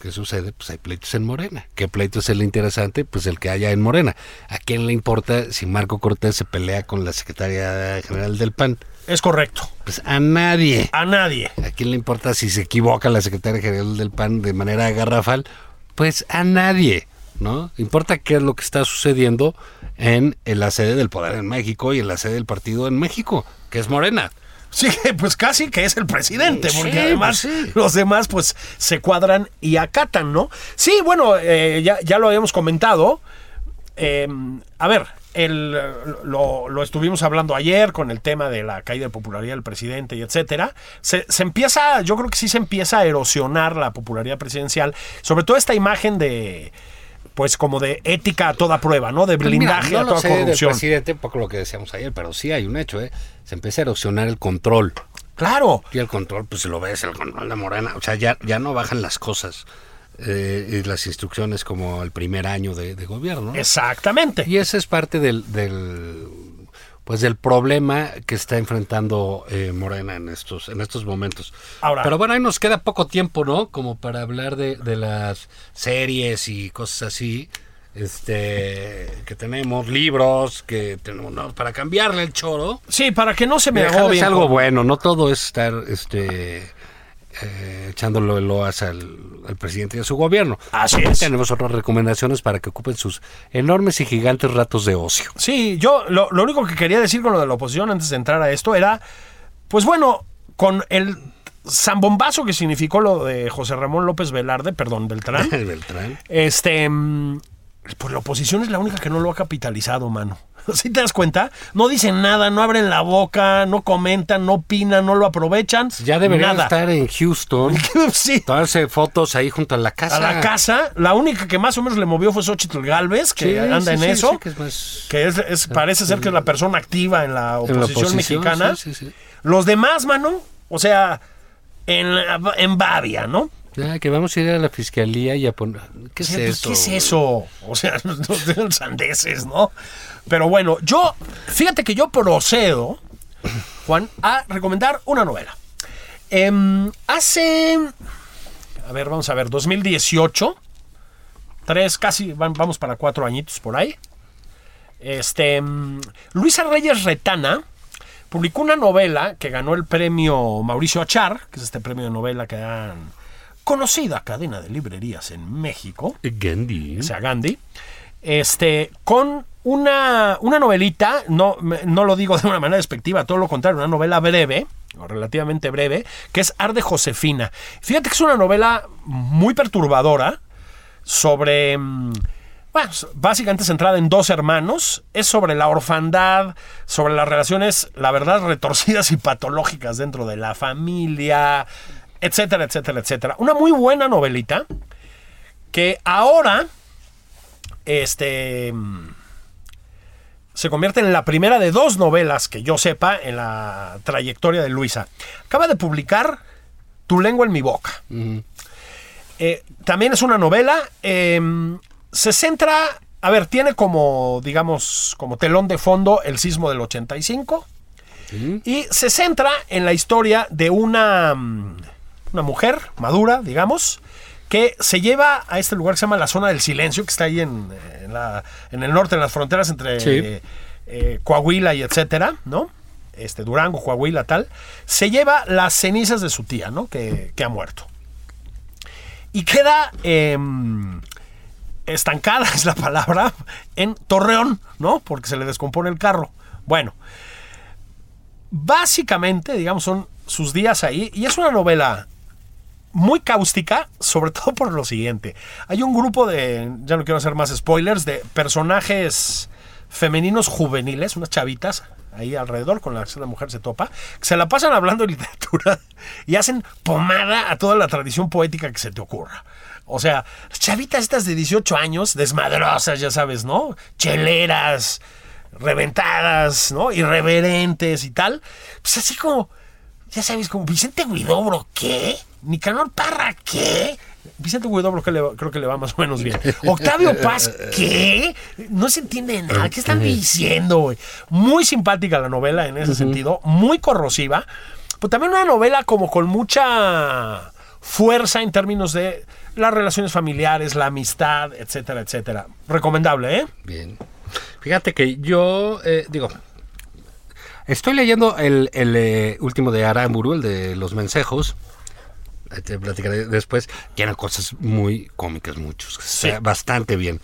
¿qué sucede? Pues hay pleitos en Morena. ¿Qué pleito es el interesante? Pues el que haya en Morena. ¿A quién le importa si Marco Cortés se pelea con la secretaria general del PAN? Es correcto. Pues a nadie. A nadie. ¿A quién le importa si se equivoca la secretaria general del PAN de manera garrafal? Pues a nadie, ¿no? Importa qué es lo que está sucediendo en, en la sede del poder en México y en la sede del partido en México, que es Morena. Sí, que, pues casi que es el presidente, Sí, porque pues además sí. los demás pues se cuadran y acatan, ¿no? Sí, bueno, eh, ya, ya lo habíamos comentado. Eh, a ver, el, eh, lo, lo estuvimos hablando ayer con el tema de la caída de popularidad del presidente y etcétera. Se, se empieza, yo creo que sí se empieza a erosionar la popularidad presidencial, sobre todo esta imagen de, pues como de ética a toda prueba, ¿no? De Pues mira, blindaje no a lo toda sé del corrupción. presidente, poco lo que decíamos ayer, pero sí hay un hecho, ¿eh? Se empieza a erosionar el control. Claro. Y el control, pues lo ves, el control de Morena. O sea, ya, ya no bajan las cosas eh, y las instrucciones como el primer año de, de gobierno. Exactamente. Y ese es parte del, del pues del problema que está enfrentando eh, Morena en estos, en estos momentos. Ahora- Pero bueno, ahí nos queda poco tiempo, ¿no? Como para hablar de, de las series y cosas así. Este que tenemos, libros, que tenemos, ¿no? para cambiarle el choro. Sí, para que no se me Dejarles agobie. algo bueno, no todo es estar este eh, echándole loas al, al presidente y a su gobierno. Así es. Tenemos otras recomendaciones para que ocupen sus enormes y gigantes ratos de ocio. Sí, yo lo, lo único que quería decir con lo de la oposición antes de entrar a esto era, pues bueno, con el zambombazo que significó lo de José Ramón López Velarde, perdón, Beltrán, Beltrán. este, mm, pues la oposición es la única que no lo ha capitalizado, mano. Si te das cuenta, no dicen nada, no abren la boca, no comentan, no opinan, no lo aprovechan. Ya debería nada. estar en Houston. sí. Tomarse fotos ahí junto a la casa. A la casa, la única que más o menos le movió fue Xochitl Galvez, que Sí, eh, anda sí, en sí, eso. sí, que es más- que es, es- parece ser que es la persona activa en la Ah, en oposición, la oposición, mexicana. sí, sí, sí. Los demás, mano, o sea, en, la- en Bavia, ¿no? Ya, que vamos a ir a la fiscalía y a poner. ¿Qué O es sea, pues, eso? ¿Qué es eso? O sea, nos den sandeces, ¿no? Pero bueno, yo, fíjate que yo procedo, Juan, a recomendar una novela. Em, hace, a ver, vamos a ver, 2018, tres, casi, van- vamos para cuatro añitos por ahí. Este, em, Luisa Reyes Retana publicó una novela que ganó el premio Mauricio Achar, que es este premio de novela que dan conocida cadena de librerías en México Gandhi. o sea, Gandhi, este, con una, una novelita, no, me- no lo digo de una manera despectiva, todo lo contrario, una novela breve, o relativamente breve, que es Arde Josefina. Fíjate que es una novela muy perturbadora sobre... mm, Bueno, s- básicamente centrada en dos hermanos, es sobre la orfandad, sobre las relaciones, la verdad, retorcidas y patológicas dentro de la familia, etcétera, etcétera, etcétera. Una muy buena novelita que ahora este mm, se convierte en la primera de dos novelas que yo sepa en la trayectoria de Luisa. Acaba de publicar Tu lengua en mi boca. Eh, también es una novela. eh, se centra, a ver, tiene como, digamos, como telón de fondo el sismo del 85. Y se centra en la historia de una, mm, una mujer madura, digamos, que se lleva a este lugar que se llama la zona del silencio, que está ahí en, en la- en el norte, en las fronteras entre Sí. eh, eh, Coahuila y etcétera, ¿no? Este, Durango, Coahuila, tal. Se lleva las cenizas de su tía, ¿no? Que, que ha muerto. Y queda em, estancada, es la palabra, en Torreón, ¿no? Porque se le descompone el carro. Bueno, básicamente, digamos, son sus días ahí. Y es una novela muy cáustica, sobre todo por lo siguiente. Hay un grupo de, ya no quiero hacer más spoilers, de personajes femeninos juveniles, unas chavitas ahí alrededor con las que la mujer se topa, que se la pasan hablando de literatura y hacen pomada a toda la tradición poética que se te ocurra. O sea, las chavitas estas de 18 años, desmadrosas, ya sabes, ¿no? Cheleras, reventadas, ¿no? Irreverentes y tal. Pues así como, ya sabes, como Vicente Huidobro, ¿qué? Nicanor Parra, ¿qué? Vicente Huidobro que le va- creo que le va más o menos bien. Octavio Paz, ¿qué? No se entiende de nada. ¿Qué están diciendo, güey? Muy simpática la novela en ese sentido, muy corrosiva. Pero también una novela como con mucha fuerza en términos de las relaciones familiares, la amistad, etcétera, etcétera. Recomendable, ¿eh? Bien. Fíjate que yo, eh, digo, estoy leyendo el, el, eh, último de Aramburu, el de Los Mensejos. Eh, Te platicaré después. Tiene cosas muy cómicas, muchos. que está Bastante bien.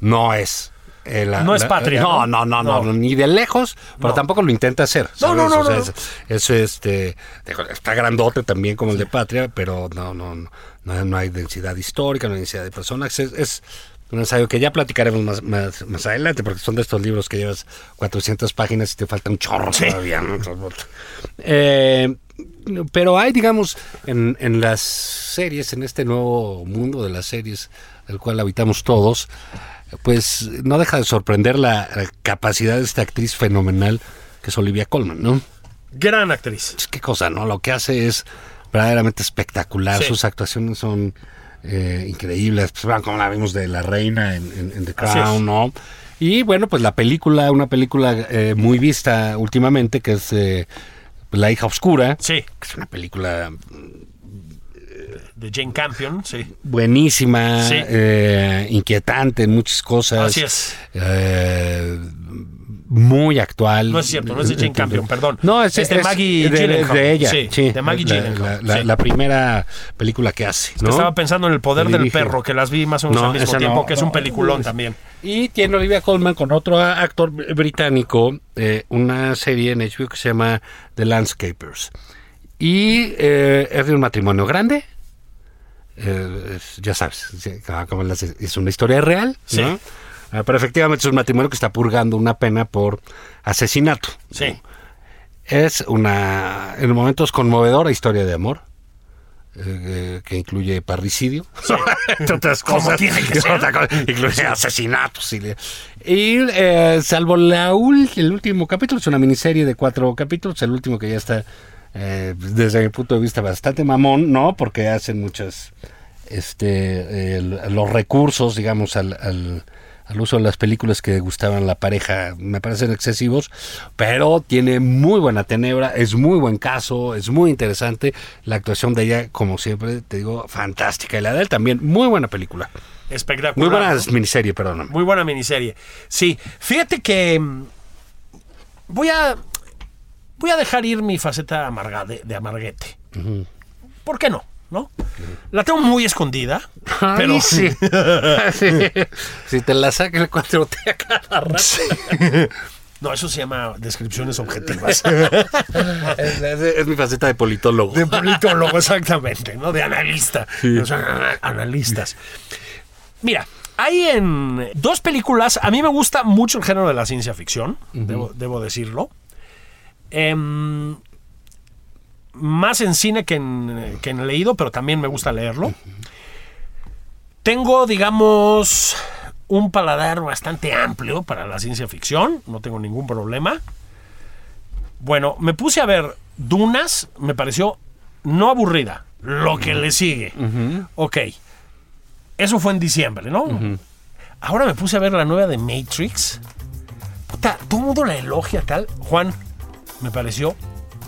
No es. eh, la- No es la- patria, eh, No, ¿no? no, no, no, No. ni de lejos, pero tampoco lo intenta hacer. No, no, ¿sabes? no, O sea, no, es- es, este. digo, Está grandote también como el de Patria, pero no, no, no, no, no hay densidad histórica, no hay densidad de personas. Es, es un ensayo que ya platicaremos más, más, más adelante, porque son de estos libros que llevas 400 páginas y te falta un chorro todavía. ¿no? Eh, pero hay, digamos, en, en las series, en este nuevo mundo de las series, el cual habitamos todos, pues no deja de sorprender la, la capacidad de esta actriz fenomenal que es Olivia Colman, ¿no? Gran actriz. pues, qué cosa, ¿no? Lo que hace es verdaderamente espectacular. Sí. Sus actuaciones son eh, increíbles. Pues, vean como la vimos de La Reina en, en- en The Así es. Crown, ¿no? Y bueno, pues la película, una película eh, muy vista últimamente, que es eh, La hija oscura. Sí, que Es una película de Jane Campion, sí. buenísima, Sí. eh, inquietante en muchas cosas. Así es. Eh, muy actual. No es cierto, no es de Jane Campion, perdón. No, es, Es de es Maggie de- de, Gyllenhaal. de ella. Sí, Sí, de Maggie la, Gyllenhaal, la- la- sí. la primera película que hace. ¿no? Estaba pensando en El Poder Que del dirige. Perro, que las vi más o menos No, al mismo esa no, tiempo, que es un no. peliculón también. Y tiene Olivia Colman con otro actor británico eh, una serie en HBO que se llama The Landscapers. Y eh, es de un matrimonio grande. Eh, es- ya sabes, sí, como- como las- es una historia real, Sí. ¿no? Ah, pero efectivamente es un matrimonio que está purgando una pena por asesinato. Sí. Es una, en momentos, conmovedora historia de amor. eh, que incluye parricidio, entre otras Como cosas, tiene que ser. Otra cosa, incluye asesinatos. Y, le- y, eh, salvo la ul- el último capítulo, es una miniserie de cuatro capítulos, el último que ya está, eh, desde mi punto de vista, bastante mamón, ¿no? Porque hacen muchas, este, el- los recursos, digamos, al... al al uso de las películas que gustaban la pareja me parecen excesivos, pero tiene muy buena tenebra, es muy buen caso, es muy interesante. La actuación de ella, como siempre, te digo, fantástica. Y la de él también, muy buena película. Muy Espectacular. buena miniserie, perdóname. Muy buena miniserie. Sí, fíjate que mm, voy a voy a dejar ir mi faceta amarga de, de amarguete. ¿Por qué no? ¿No? La tengo muy escondida, pero Ay, sí. Sí. Si te la saca el 4T a cada rato. no, eso se llama descripciones objetivas. Es, es- es mi faceta de politólogo. De politólogo, exactamente, ¿no? De analista. O sea, ana- analistas. Mira, hay en dos películas. A mí me gusta mucho el género de la ciencia ficción, debo, debo decirlo. Em, más en cine que en, que en leído, pero también me gusta leerlo. Tengo, digamos, un paladar bastante amplio para la ciencia ficción, no tengo ningún problema. Bueno, me puse a ver Dunas, me pareció no aburrida, lo que le sigue. Ok, eso fue en diciembre, ¿no? Ahora me puse a ver la nueva de Matrix. Puta, todo el mundo la elogia tal. Juan, me pareció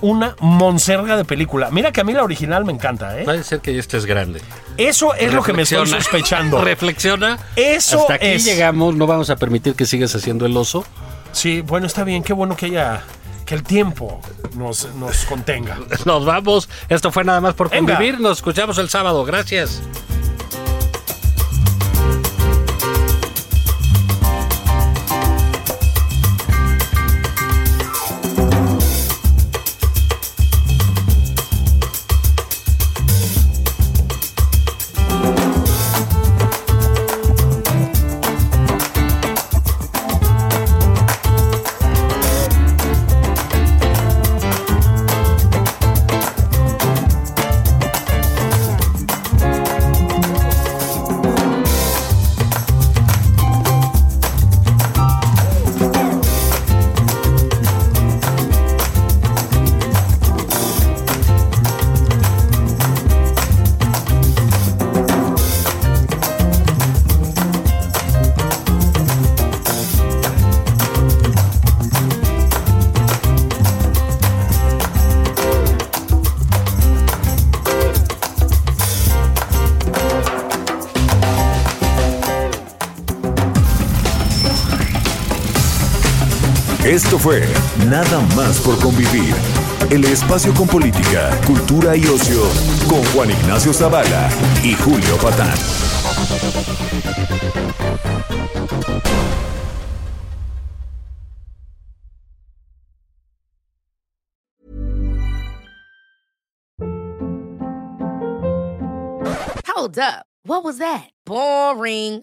una monserga de película. Mira que a mí la original me encanta, ¿eh? Puede ser que ya estés grande. Eso es lo que me estoy Reflexiona. sospechando. Reflexiona. Eso Hasta aquí es. llegamos, no vamos a permitir que sigas haciendo el oso. Sí, bueno, está bien, qué bueno que haya. Que el tiempo nos, nos contenga. Nos vamos. Esto fue nada más por Venga. convivir. Nos escuchamos el sábado. Gracias. Esto fue Nada más por convivir. El espacio con política, cultura y ocio con Juan Ignacio Zavala y Julio Patán. Hold up. What was that? Boring.